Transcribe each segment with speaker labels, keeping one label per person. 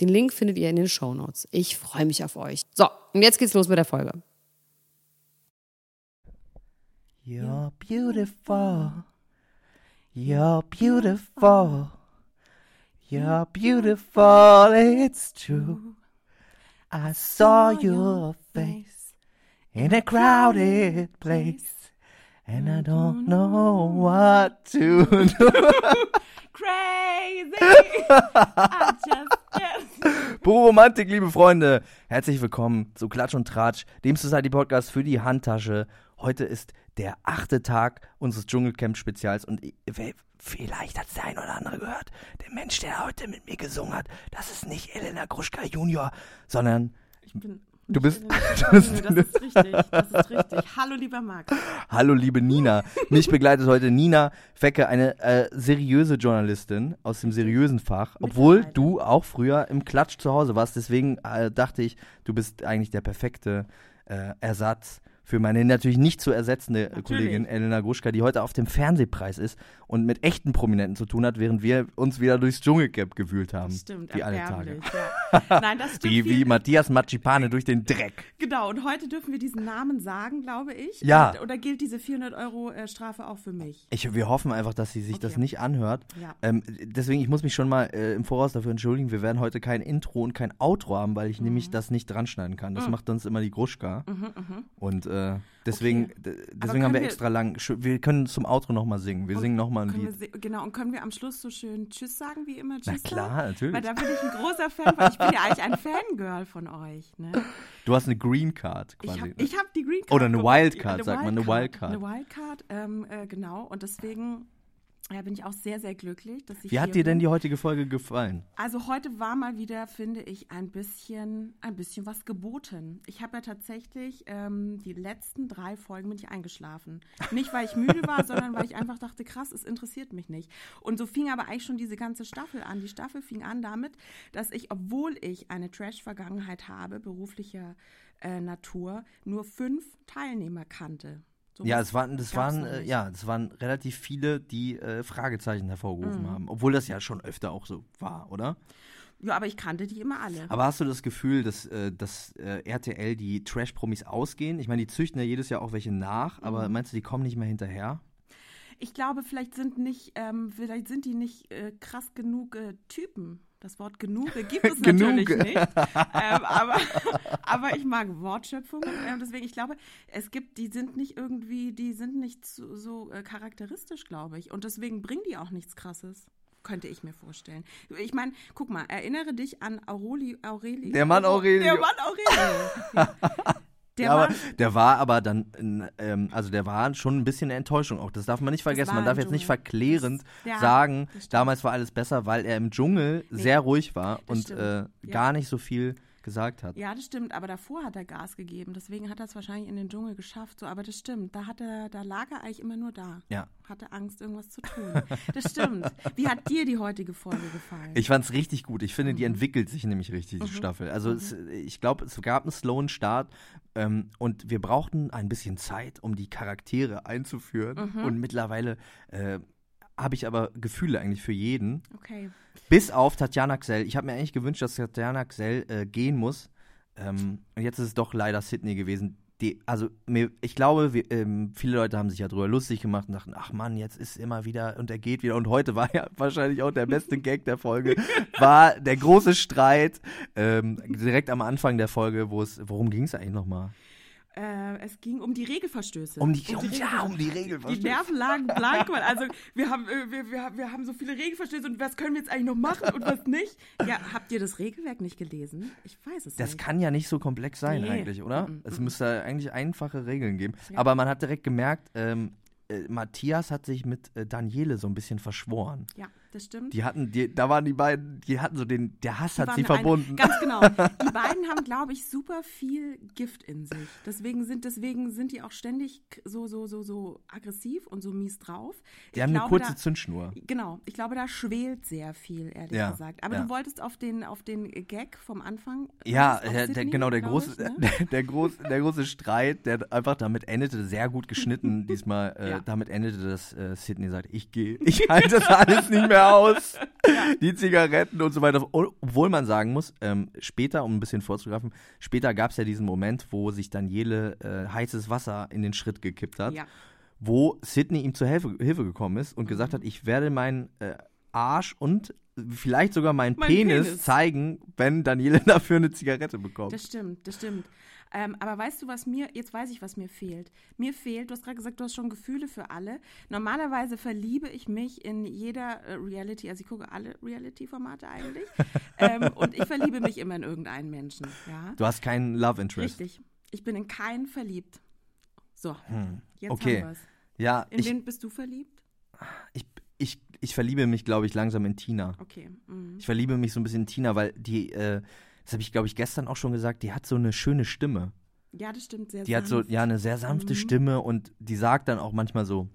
Speaker 1: Den Link findet ihr in den Shownotes. Ich freue mich auf euch. So, und jetzt geht's los mit der Folge.
Speaker 2: You're beautiful. You're beautiful. You're beautiful, it's true. I saw your face in a crowded place, and I don't know what to do.
Speaker 3: Crazy! I just
Speaker 2: Pure Romantik, liebe Freunde. Herzlich willkommen zu Klatsch und Tratsch, dem Society Podcast für die Handtasche. Heute ist der achte Tag unseres Dschungelcamp-Spezials und ich- we- vielleicht hat es der ein oder andere gehört. Der Mensch, der heute mit mir gesungen hat, das ist nicht Elena Gruschka Junior, sondern
Speaker 3: Ich bin Oh,
Speaker 2: Du bist-
Speaker 3: Das
Speaker 2: du bist-
Speaker 3: ist richtig. Das ist richtig. Hallo, lieber Max.
Speaker 2: Hallo, liebe Nina. Mich begleitet heute Nina Fecke, eine äh, seriöse Journalistin aus dem seriösen Fach, obwohl du auch früher im Klatsch zu Hause warst. Deswegen äh, dachte ich, du bist eigentlich der perfekte äh, Ersatz für meine natürlich nicht zu ersetzende Kollegin Elena Gruschka, die heute auf dem Fernsehpreis ist und mit echten Prominenten zu tun hat, während wir uns wieder durchs Dschungelcamp gewühlt haben.
Speaker 3: Stimmt,
Speaker 2: die alle Tage.
Speaker 3: erbärmlich, Ja. Nein, das stimmt.
Speaker 2: Wie, wie
Speaker 3: viel-
Speaker 2: Matthias Machipane durch den Dreck.
Speaker 3: Genau, und heute dürfen wir diesen Namen sagen, glaube ich.
Speaker 2: Ja.
Speaker 3: Und, oder gilt diese 400 Euro äh, Strafe auch für mich?
Speaker 2: Ich, wir hoffen einfach, dass sie sich das
Speaker 3: Okay.
Speaker 2: nicht anhört.
Speaker 3: Ja.
Speaker 2: Ähm, deswegen, ich muss mich schon mal äh, im Voraus dafür entschuldigen, wir werden heute kein Intro und kein Outro haben, weil ich nämlich
Speaker 3: Mhm.
Speaker 2: das nicht dran schneiden kann. Das macht uns immer die Gruschka. Und äh, deswegen,
Speaker 3: Okay.
Speaker 2: d-
Speaker 3: Aber
Speaker 2: deswegen haben wir
Speaker 3: können wir-
Speaker 2: extra lang. sch- Wir können zum Outro nochmal singen. Wir singen nochmal ein
Speaker 3: Können wir
Speaker 2: Lied.
Speaker 3: se- genau, und können wir am Schluss so schön Tschüss sagen, wie immer Tschüss
Speaker 2: Na klar,
Speaker 3: sagen?
Speaker 2: natürlich.
Speaker 3: Weil da bin ich ein großer Fan von. Ich bin ja eigentlich ein Fangirl von euch. Ne?
Speaker 2: Du hast eine Green Card
Speaker 3: Ich habe
Speaker 2: quasi. ne?
Speaker 3: ich hab die Green Card.
Speaker 2: Oder eine
Speaker 3: bekommen.
Speaker 2: Wildcard, sagt man, eine
Speaker 3: Eine Wildcard, ähm, äh, genau. Und deswegen ja, bin ich auch sehr, sehr glücklich, dass ich
Speaker 2: Wie
Speaker 3: hier
Speaker 2: hat dir denn
Speaker 3: bin.
Speaker 2: die heutige Folge gefallen?
Speaker 3: Also heute war mal wieder, finde ich, ein bisschen, ein bisschen was geboten. Ich habe ja tatsächlich ähm, die letzten drei Folgen bin ich eingeschlafen. Nicht, weil ich müde war, sondern weil ich einfach dachte, krass, es interessiert mich nicht. Und so fing aber eigentlich schon diese ganze Staffel an. Die Staffel fing an damit, dass ich, obwohl ich eine Trash-Vergangenheit habe, beruflicher äh, Natur, nur fünf Teilnehmer kannte. So
Speaker 2: Ja,
Speaker 3: was
Speaker 2: es waren, das
Speaker 3: gab's
Speaker 2: waren,
Speaker 3: noch
Speaker 2: äh,
Speaker 3: nicht.
Speaker 2: ja, es waren relativ viele, die äh, Fragezeichen hervorgerufen
Speaker 3: Mhm.
Speaker 2: haben. Obwohl das ja schon öfter auch so war, oder?
Speaker 3: ja, aber ich kannte die immer alle.
Speaker 2: Aber hast du das Gefühl, dass, äh, dass äh, RTL die Trash-Promis ausgehen? Ich meine, die züchten ja jedes Jahr auch welche nach, aber
Speaker 3: Mhm.
Speaker 2: meinst du, die kommen nicht mehr hinterher?
Speaker 3: Ich glaube, vielleicht sind nicht, ähm, vielleicht sind die nicht äh, krass genug äh, Typen. Das Wort genug gibt es natürlich
Speaker 2: Genug.
Speaker 3: nicht. Ähm, aber, aber ich mag Wortschöpfungen. Ähm, deswegen, ich glaube, es gibt, die sind nicht irgendwie, die sind nicht so, so äh, charakteristisch, glaube ich. Und deswegen bringen die auch nichts Krasses. Könnte ich mir vorstellen. Ich meine, guck mal, erinnere dich an Aureli. Aureli
Speaker 2: Der Mann Aurelio.
Speaker 3: Der Mann Aurelio. Der
Speaker 2: ja, aber,
Speaker 3: Mann-
Speaker 2: der war aber dann, äh, ähm, also der war schon ein bisschen eine Enttäuschung auch. Das darf man nicht vergessen.
Speaker 3: war
Speaker 2: Man darf
Speaker 3: ein
Speaker 2: jetzt nicht
Speaker 3: Dschungel.
Speaker 2: verklärend
Speaker 3: Das- ja,
Speaker 2: sagen,
Speaker 3: das stimmt.
Speaker 2: damals war alles besser, weil er im Dschungel sehr ruhig war und
Speaker 3: stimmt.
Speaker 2: äh,
Speaker 3: Ja.
Speaker 2: gar nicht so viel gesagt hat.
Speaker 3: Ja, das stimmt, aber davor hat er Gas gegeben, deswegen hat er es wahrscheinlich in den Dschungel geschafft, so, aber das stimmt, da hat er, da lag er eigentlich immer nur da.
Speaker 2: Ja.
Speaker 3: Hatte Angst, irgendwas zu tun. Das stimmt. Wie hat dir die heutige Folge gefallen?
Speaker 2: Ich fand's richtig gut. Ich finde, die entwickelt sich nämlich richtig, die Staffel. Also es, ich glaube, es gab einen slowen Start ähm, und wir brauchten ein bisschen Zeit, um die Charaktere einzuführen. Und mittlerweile äh, habe ich aber Gefühle eigentlich für jeden.
Speaker 3: okay.
Speaker 2: Bis auf Tatjana Ksell. Ich habe mir eigentlich gewünscht, dass Tatjana Ksell äh, gehen muss. Ähm, und jetzt ist es doch leider Sydney gewesen. Die, also mir, ich glaube, wir, ähm, viele Leute haben sich ja drüber lustig gemacht und dachten, ach Mann, jetzt ist immer wieder und er geht wieder. Und heute war ja wahrscheinlich auch der beste Gag der Folge, war der große Streit ähm, direkt am Anfang der Folge, wo es, worum ging es eigentlich nochmal?
Speaker 3: Äh, es ging um die Regelverstöße.
Speaker 2: Um die, um, ja, um die Regel.
Speaker 3: Die Nerven lagen blank, weil also wir haben, äh, wir, wir, haben- wir haben so viele Regelverstöße und was können wir jetzt eigentlich noch machen und was nicht? Ja, habt ihr das Regelwerk nicht gelesen? Ich weiß es
Speaker 2: Das
Speaker 3: nicht.
Speaker 2: kann ja nicht so komplex sein
Speaker 3: Mhm. Nee. Mhm,
Speaker 2: eigentlich, oder? Es müsste eigentlich einfache Regeln geben. Aber man hat direkt gemerkt, ähm, äh, Matthias hat sich mit äh, Daniele so ein bisschen verschworen.
Speaker 3: ja, das stimmt.
Speaker 2: Die hatten, die, da waren die beiden, die hatten so den, der Hass hat sie
Speaker 3: waren ein-
Speaker 2: verbunden.
Speaker 3: Ganz genau. Die beiden haben, glaube ich, super viel Gift in sich. Deswegen sind, deswegen sind die auch ständig k- so, so, so, so aggressiv und so mies drauf.
Speaker 2: die
Speaker 3: Ich
Speaker 2: haben eine
Speaker 3: glaube,
Speaker 2: kurze
Speaker 3: da-
Speaker 2: Zündschnur.
Speaker 3: Genau, ich glaube, da schwelt sehr viel, ehrlich
Speaker 2: Ja,
Speaker 3: gesagt. Aber
Speaker 2: ja.
Speaker 3: du wolltest auf den, auf den Gag vom Anfang.
Speaker 2: Ja,
Speaker 3: Äh, auf
Speaker 2: der, der,
Speaker 3: Sydney,
Speaker 2: genau, der
Speaker 3: glaub
Speaker 2: große,
Speaker 3: ich, ne?
Speaker 2: der, große, der große Streit, der einfach damit endete, sehr gut geschnitten diesmal, äh,
Speaker 1: Ja.
Speaker 2: damit endete, dass äh, Sydney sagt, ich gehe, ich halte das alles nicht mehr aus. Die Zigaretten und so weiter. O- Obwohl man sagen muss, ähm, später, um ein bisschen vorzugreifen, später gab es ja diesen Moment, wo sich Daniele äh, heißes Wasser in den Schritt gekippt hat
Speaker 3: Ja.
Speaker 2: wo Sydney ihm zur Hilfe, Hilfe gekommen ist und
Speaker 3: Mhm.
Speaker 2: gesagt hat, ich werde meinen äh, Arsch und vielleicht sogar meinen
Speaker 3: Mein
Speaker 2: Penis,
Speaker 3: Penis.
Speaker 2: zeigen, wenn Daniele dafür eine Zigarette bekommt.
Speaker 3: Das stimmt, das stimmt. Ähm, aber weißt du, was mir, jetzt weiß ich, was mir fehlt. Mir fehlt, du hast gerade gesagt, du hast schon Gefühle für alle. Normalerweise verliebe ich mich in jeder äh, Reality, also ich gucke alle Reality-Formate eigentlich. ähm, und ich verliebe mich immer in irgendeinen Menschen. Ja?
Speaker 2: du hast keinen Love Interest.
Speaker 3: Richtig. Ich bin in keinen verliebt. So, jetzt
Speaker 2: Hm, okay.
Speaker 3: haben wir's.
Speaker 2: Ja,
Speaker 3: In
Speaker 2: ich,
Speaker 3: wen bist du verliebt?
Speaker 2: ich, ich, ich verliebe mich, glaube ich, langsam in Tina.
Speaker 3: Okay. mhm.
Speaker 2: Ich verliebe mich so ein bisschen in Tina, weil die, äh, das habe ich, glaube ich, gestern auch schon gesagt, die hat so eine schöne Stimme.
Speaker 3: Ja, das stimmt sehr
Speaker 2: Die hat so,
Speaker 3: sanft.
Speaker 2: ja, eine sehr
Speaker 3: Mhm.
Speaker 2: sanfte Stimme und die sagt dann auch manchmal so,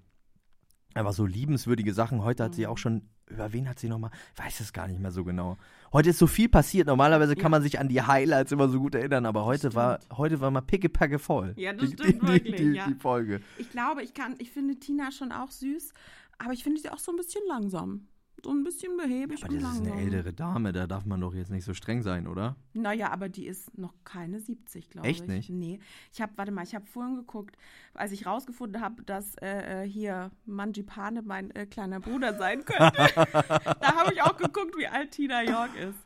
Speaker 2: einfach so liebenswürdige Sachen. Heute hat
Speaker 3: Mhm.
Speaker 2: sie auch schon, über wen hat sie nochmal, ich weiß es gar nicht mehr so genau. Heute ist so viel passiert. Normalerweise kann man sich an die Highlights immer so gut erinnern, aber heute war, heute war mal pickepacke voll.
Speaker 3: Ja, das
Speaker 2: die,
Speaker 3: stimmt
Speaker 2: die,
Speaker 3: wirklich,
Speaker 2: Die,
Speaker 3: ja.
Speaker 2: die Folge.
Speaker 3: Ich glaube, ich kann, ich finde Tina schon auch süß, aber ich finde sie auch so ein bisschen langsam. So ein bisschen behäbig
Speaker 2: Aber
Speaker 3: und
Speaker 2: das ist
Speaker 3: langsam.
Speaker 2: eine ältere Dame, da darf man doch jetzt nicht so streng sein, oder?
Speaker 3: Naja, aber die ist noch keine 70, glaube ich.
Speaker 2: Echt nicht?
Speaker 3: Nee. Ich habe, warte mal, ich habe vorhin geguckt, als ich rausgefunden habe, dass äh, äh, hier Mangipane mein äh, kleiner Bruder sein könnte. da habe ich auch geguckt, wie alt Tina York ist.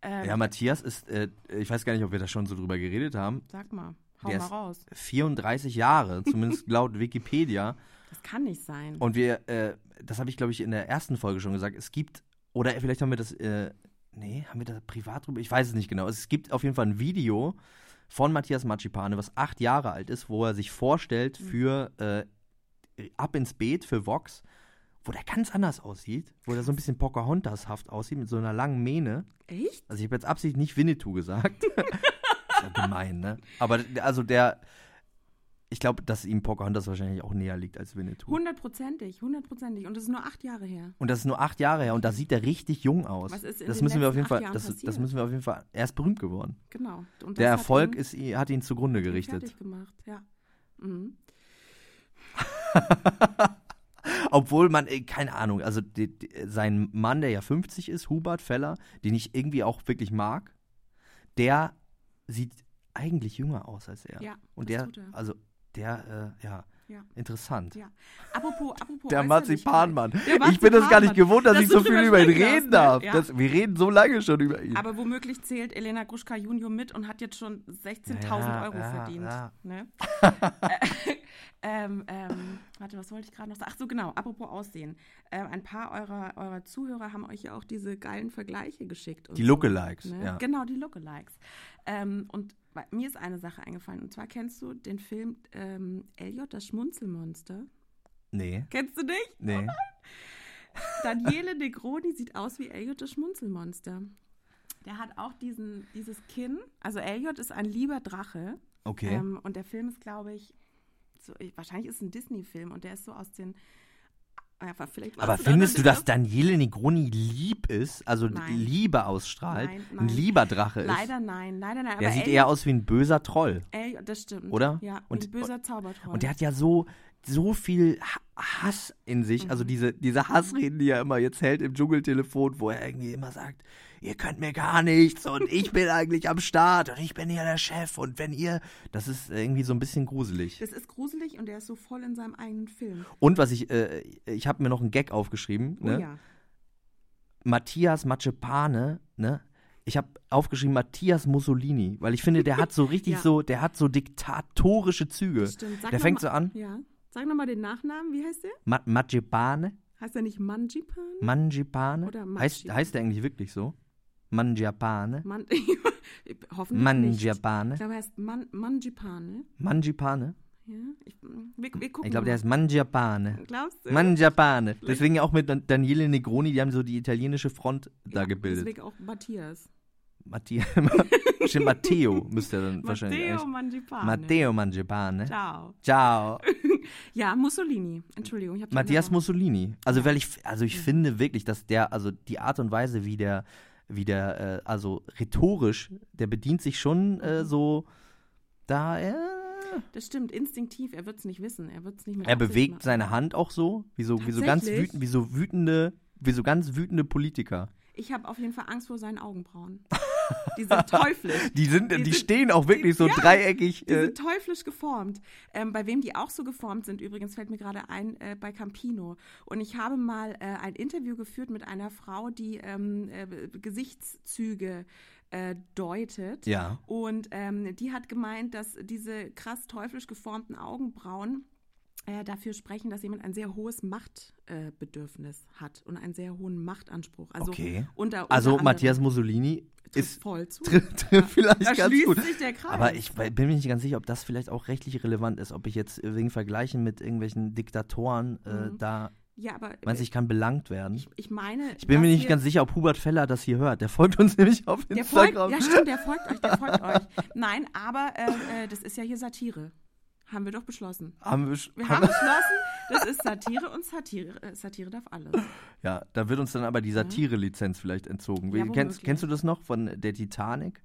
Speaker 3: Ähm,
Speaker 2: Ja, Matthias ist, äh, ich weiß gar nicht, ob wir da schon so drüber geredet haben,
Speaker 3: Sag mal, hau
Speaker 2: Der
Speaker 3: mal
Speaker 2: ist-
Speaker 3: raus.
Speaker 2: 34 Jahre, zumindest laut Wikipedia.
Speaker 3: Das kann nicht sein.
Speaker 2: Und wir, äh, das habe ich, glaube ich, in der ersten Folge schon gesagt, es gibt, oder vielleicht haben wir das, äh, nee, haben wir da privat drüber? Ich weiß es nicht genau. Es gibt auf jeden Fall ein Video von Matthias Macipane, was acht Jahre alt ist, wo er sich vorstellt für äh, Ab ins Beet für Vox, wo der ganz anders aussieht, wo der so ein bisschen Pocahontas-haft aussieht, mit so einer langen Mähne.
Speaker 3: Echt?
Speaker 2: Also ich habe jetzt absichtlich nicht Winnetou gesagt. ist ja gemein, ne? Aber also der, ich glaube, dass ihm Pocahontas wahrscheinlich auch näher liegt als Winnetou.
Speaker 3: Hundertprozentig, hundertprozentig. Und das ist nur acht Jahre her.
Speaker 2: Und das ist nur acht Jahre her und da sieht er richtig jung aus.
Speaker 3: Was ist in
Speaker 2: das
Speaker 3: den
Speaker 2: müssen wir auf jeden
Speaker 3: letzten
Speaker 2: Fall,
Speaker 3: acht Jahren
Speaker 2: das, das
Speaker 3: passiert?
Speaker 2: müssen wir auf jeden Fall. Er ist berühmt geworden.
Speaker 3: Genau. Und das
Speaker 2: Der
Speaker 3: hat
Speaker 2: Erfolg
Speaker 3: ihn-
Speaker 2: ist, ihm- hat ihn zugrunde gerichtet.
Speaker 3: Fertig gemacht, ja. Mhm.
Speaker 2: Obwohl man, äh, keine Ahnung, also die, die, sein Mann, der ja 50 ist, Hubert Feller, den ich irgendwie auch wirklich mag, der sieht eigentlich jünger aus als er.
Speaker 3: Ja,
Speaker 2: und
Speaker 3: das
Speaker 2: der,
Speaker 3: tut er.
Speaker 2: also der, äh, ja,
Speaker 3: Ja.
Speaker 2: interessant.
Speaker 3: Ja. Apropos, apropos. ne?
Speaker 2: Der
Speaker 3: Äußerlichkeit.
Speaker 2: Marzipanmann.
Speaker 3: Der
Speaker 2: Ich bin das gar nicht
Speaker 3: Marzipanmann.
Speaker 2: gewohnt, dass
Speaker 3: Dass
Speaker 2: ich
Speaker 3: du
Speaker 2: so viel
Speaker 3: drüber
Speaker 2: über ihn
Speaker 3: sprechen
Speaker 2: reden darf.
Speaker 3: darfst, ne? Ja.
Speaker 2: Das, wir reden so lange schon über ihn.
Speaker 3: Aber womöglich zählt Elena Gruschka Junior mit und hat jetzt schon 16.000
Speaker 2: Ja,
Speaker 3: Euro
Speaker 2: ja,
Speaker 3: verdient.
Speaker 2: ja.
Speaker 3: Ne? Äh, ähm, ähm, warte, was wollte ich gerade noch sagen? Ach so, genau, apropos Aussehen. Ähm, ein paar eurer, eurer Zuhörer haben euch ja auch diese geilen Vergleiche geschickt. und
Speaker 2: die Lookalikes,
Speaker 3: Ne?
Speaker 2: ja.
Speaker 3: Genau, die Lookalikes. Ähm, und bei- mir ist eine Sache eingefallen. Und zwar kennst du den Film ähm, Elliot, das Schmunzelmonster?
Speaker 2: Nee,
Speaker 3: Kennst du nicht?
Speaker 2: nee.
Speaker 3: Daniele Negroni sieht aus wie Elliot das Schmunzelmonster. Der hat auch diesen, dieses Kinn. Also Elliot ist ein lieber Drache.
Speaker 2: Okay.
Speaker 3: Ähm, und der Film ist, glaube ich, so, wahrscheinlich ist es ein Disney-Film und der ist so aus den. Aber, vielleicht warst
Speaker 2: Aber
Speaker 3: da
Speaker 2: findest du,
Speaker 3: noch
Speaker 2: dass Daniele Negroni lieb ist, also
Speaker 3: genau? Nein.
Speaker 2: Liebe ausstrahlt,
Speaker 3: Nein,
Speaker 2: ein
Speaker 3: nein.
Speaker 2: lieber Drache ist?
Speaker 3: Leider nein, leider nein.
Speaker 2: der
Speaker 3: aber
Speaker 2: sieht
Speaker 3: Elliot,
Speaker 2: eher aus wie ein böser Troll.
Speaker 3: Elliot, das stimmt.
Speaker 2: Oder?
Speaker 3: Ja,
Speaker 2: Und-
Speaker 3: und ein böser Zaubertroll.
Speaker 2: Und der hat ja so, so viel Ha- Hass in sich, also
Speaker 3: Mhm.
Speaker 2: diese, diese Hassreden, die er immer jetzt hält im Dschungeltelefon, wo er irgendwie immer sagt, ihr könnt mir gar nichts und ich bin eigentlich am Start und ich bin hier der Chef und wenn ihr, das ist irgendwie so ein bisschen gruselig.
Speaker 3: das ist gruselig und der ist so voll in seinem eigenen Film.
Speaker 2: Und was ich, äh, ich habe ne? mir noch einen Gag aufgeschrieben, ne?
Speaker 3: Oh ja.
Speaker 2: Matthias Macepane, ne? Ich habe aufgeschrieben Matthias Mussolini, weil ich finde, der hat so richtig
Speaker 3: Ja.
Speaker 2: so, der hat so diktatorische Züge.
Speaker 3: Stimmt. Sag
Speaker 2: Der
Speaker 3: noch
Speaker 2: fängt
Speaker 3: mal-
Speaker 2: so an.
Speaker 3: Ja. Sag nochmal den Nachnamen. Wie heißt der?
Speaker 2: Ma Magibane,
Speaker 3: Heißt er nicht Manjipan?
Speaker 2: Mangipane.
Speaker 3: Oder
Speaker 2: heißt,
Speaker 3: Mangiapane.
Speaker 2: heißt der eigentlich wirklich so? Mangiapane,
Speaker 3: Man Hoffentlich nicht. Ich
Speaker 2: Mangiapane,
Speaker 3: glaube, er heißt Man Manjipan, ne?
Speaker 2: Mangipane.
Speaker 3: Ja? Ich, wir, wir gucken
Speaker 2: Ich glaube, der
Speaker 3: mal.
Speaker 2: heißt Mangiapane.
Speaker 3: Glaubst du?
Speaker 2: Mangiapane. Deswegen auch mit Dan- Daniele Negroni, die haben so die italienische Front da gebildet.
Speaker 3: Deswegen auch Matthias.
Speaker 2: Mattia, Stimmt, Matteo müsste er dann wahrscheinlich.
Speaker 3: Matteo
Speaker 2: eigentlich-
Speaker 3: Mangiapane.
Speaker 2: Matteo Mangipane.
Speaker 3: Ciao.
Speaker 2: Ciao.
Speaker 3: Ja, Mussolini. Entschuldigung, ich habe
Speaker 2: Matthias Mussolini. Also weil ich, also ich finde wirklich, dass der, also die Art und Weise, wie der, wie der, äh, also rhetorisch, der bedient sich schon
Speaker 3: Mhm.
Speaker 2: äh, so da. Äh,
Speaker 3: Das stimmt, instinktiv, er wird es nicht wissen. Er wird es nicht mit
Speaker 2: er
Speaker 3: Absicht
Speaker 2: bewegt
Speaker 3: machen.
Speaker 2: seine Hand auch so, wie so, wie so ganz
Speaker 3: Tatsächlich?
Speaker 2: wütend, wie so wütende, wie so ganz wütende Politiker.
Speaker 3: Ich habe auf jeden Fall Angst vor seinen Augenbrauen. Die sind teuflisch.
Speaker 2: Die sind, die,
Speaker 3: Die sind-
Speaker 2: stehen auch wirklich so
Speaker 3: ja,
Speaker 2: dreieckig.
Speaker 3: Die
Speaker 2: Äh,
Speaker 3: sind teuflisch geformt. Ähm, bei wem die auch so geformt sind, übrigens fällt mir gerade ein, äh, bei Campino. Und ich habe mal äh, ein Interview geführt mit einer Frau, die ähm, äh, Gesichtszüge äh, deutet.
Speaker 2: ja.
Speaker 3: Und ähm, die hat gemeint, dass diese krass teuflisch geformten Augenbrauen äh, dafür sprechen, dass jemand ein sehr hohes Machtbedürfnis äh, Bedürfnis hat und einen sehr hohen Machtanspruch. Also,
Speaker 2: Okay.
Speaker 3: unter, unter
Speaker 2: Also
Speaker 3: anderem
Speaker 2: Matthias Mussolini
Speaker 3: trifft
Speaker 2: ist
Speaker 3: voll zu.
Speaker 2: trifft vielleicht
Speaker 3: Da
Speaker 2: ganz
Speaker 3: schließt
Speaker 2: gut.
Speaker 3: sich der Kreis.
Speaker 2: Aber ich we- bin mir nicht ganz sicher, ob das vielleicht auch rechtlich relevant ist, ob ich jetzt wegen Vergleichen mit irgendwelchen Diktatoren äh, da,
Speaker 3: ja, aber
Speaker 2: meinst du, ich kann belangt werden?
Speaker 3: Mhm. ich, ich meine.
Speaker 2: Ich bin mir
Speaker 3: dass
Speaker 2: nicht
Speaker 3: wir-
Speaker 2: ganz sicher, ob Hubert Feller das hier hört. Der folgt uns nämlich auf
Speaker 3: Der folgt,
Speaker 2: Instagram.
Speaker 3: ja, stimmt, der folgt euch, der folgt euch. Nein, aber äh, äh, das ist ja hier Satire. Haben wir doch beschlossen.
Speaker 2: Haben wir sch-
Speaker 3: Wir haben beschlossen, das ist Satire und Satire, äh, Satire darf alles.
Speaker 2: ja, da wird uns dann aber die Satire-Lizenz vielleicht entzogen.
Speaker 3: Mhm. Ja,
Speaker 2: Wie- kennst,
Speaker 3: womöglich.
Speaker 2: kennst du das noch von der Titanic?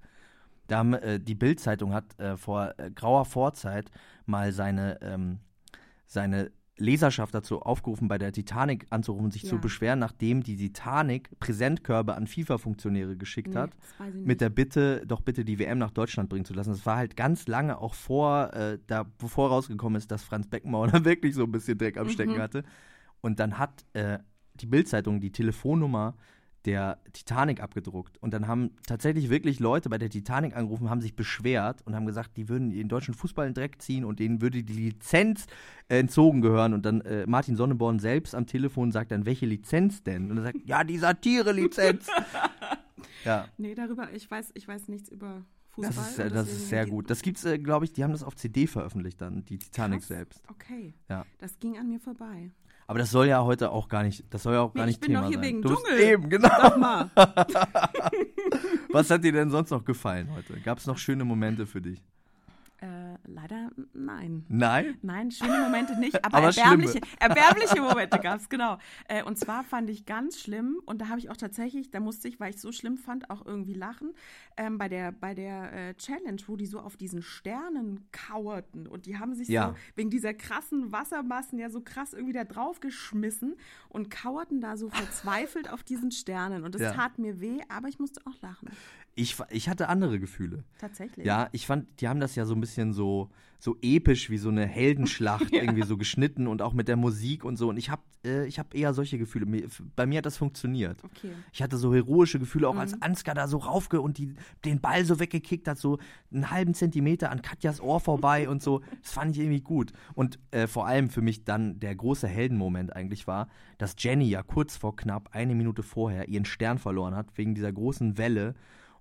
Speaker 2: Da haben, äh, die Bild-Zeitung hat äh, vor äh, grauer Vorzeit mal seine, ähm, seine Leserschaft dazu aufgerufen, bei der Titanic anzurufen und sich zu
Speaker 3: Ja.
Speaker 2: beschweren, nachdem die Titanic Präsentkörbe an FIFA-Funktionäre geschickt
Speaker 3: Nee,
Speaker 2: hat.
Speaker 3: das weiß ich nicht.
Speaker 2: Mit der Bitte, doch bitte die WM nach Deutschland bringen zu lassen. Das war halt ganz lange auch vor, äh, da, bevor rausgekommen ist, dass Franz Beckenbauer wirklich so ein bisschen Dreck am Stecken hatte. Und dann hat äh, die Bild-Zeitung die Telefonnummer der Titanic abgedruckt. Und dann haben tatsächlich wirklich Leute bei der Titanic angerufen, haben sich beschwert und haben gesagt, die würden den deutschen Fußball in den Dreck ziehen und denen würde die Lizenz äh, entzogen gehören. Und dann äh, Martin Sonneborn selbst am Telefon sagt dann, welche Lizenz denn? Und er sagt, ja, die Satire-Lizenz. ja.
Speaker 3: Nee, darüber, ich weiß, ich weiß nichts über Fußball.
Speaker 2: Das ist,
Speaker 3: und
Speaker 2: äh, das
Speaker 3: deswegen-
Speaker 2: ist sehr gut. Das gibt's, äh, glaube ich, die haben das auf CD veröffentlicht dann, die Titanic
Speaker 3: Krass.
Speaker 2: selbst.
Speaker 3: Okay.
Speaker 2: Ja.
Speaker 3: Das ging an mir vorbei.
Speaker 2: Aber das soll ja heute auch gar nicht, das soll ja auch gar
Speaker 3: Nee, ich
Speaker 2: nicht
Speaker 3: bin
Speaker 2: Thema
Speaker 3: doch hier
Speaker 2: sein.
Speaker 3: wegen
Speaker 2: du bist
Speaker 3: Dschungel.
Speaker 2: Eben, genau.
Speaker 3: Sag mal.
Speaker 2: Was hat dir denn sonst noch gefallen heute? Gab es noch schöne Momente für dich?
Speaker 3: äh, leider nein.
Speaker 2: Nein?
Speaker 3: Nein, schöne Momente nicht, aber,
Speaker 2: Aber
Speaker 3: erbärmliche, erbärmliche Momente gab es, genau. Äh, und zwar fand ich ganz schlimm, und da habe ich auch tatsächlich, da musste ich, weil ich es so schlimm fand, auch irgendwie lachen, ähm, bei der, bei der äh, Challenge, wo die so auf diesen Sternen kauerten und die haben sich
Speaker 2: Ja.
Speaker 3: so wegen dieser krassen Wassermassen ja so krass irgendwie da drauf geschmissen und kauerten da so verzweifelt auf diesen Sternen. Und das
Speaker 2: Ja.
Speaker 3: tat mir weh, aber ich musste auch lachen.
Speaker 2: Ich, fa- ich hatte andere Gefühle.
Speaker 3: Tatsächlich.
Speaker 2: Ja, ich fand, die haben das ja so ein bisschen so, so episch wie so eine Heldenschlacht irgendwie so geschnitten und auch mit der Musik und so. Und ich habe äh, ich hab eher solche Gefühle. Mir- f- Bei mir hat das funktioniert.
Speaker 3: Okay.
Speaker 2: Ich hatte so heroische Gefühle, auch als Ansgar da so raufge und die, den Ball so weggekickt hat, so einen halben Zentimeter an Katjas Ohr vorbei und so. Das fand ich irgendwie gut. Und äh, vor allem für mich dann der große Heldenmoment eigentlich war, dass Jenny ja kurz vor knapp eine Minute vorher ihren Stern verloren hat, wegen dieser großen Welle.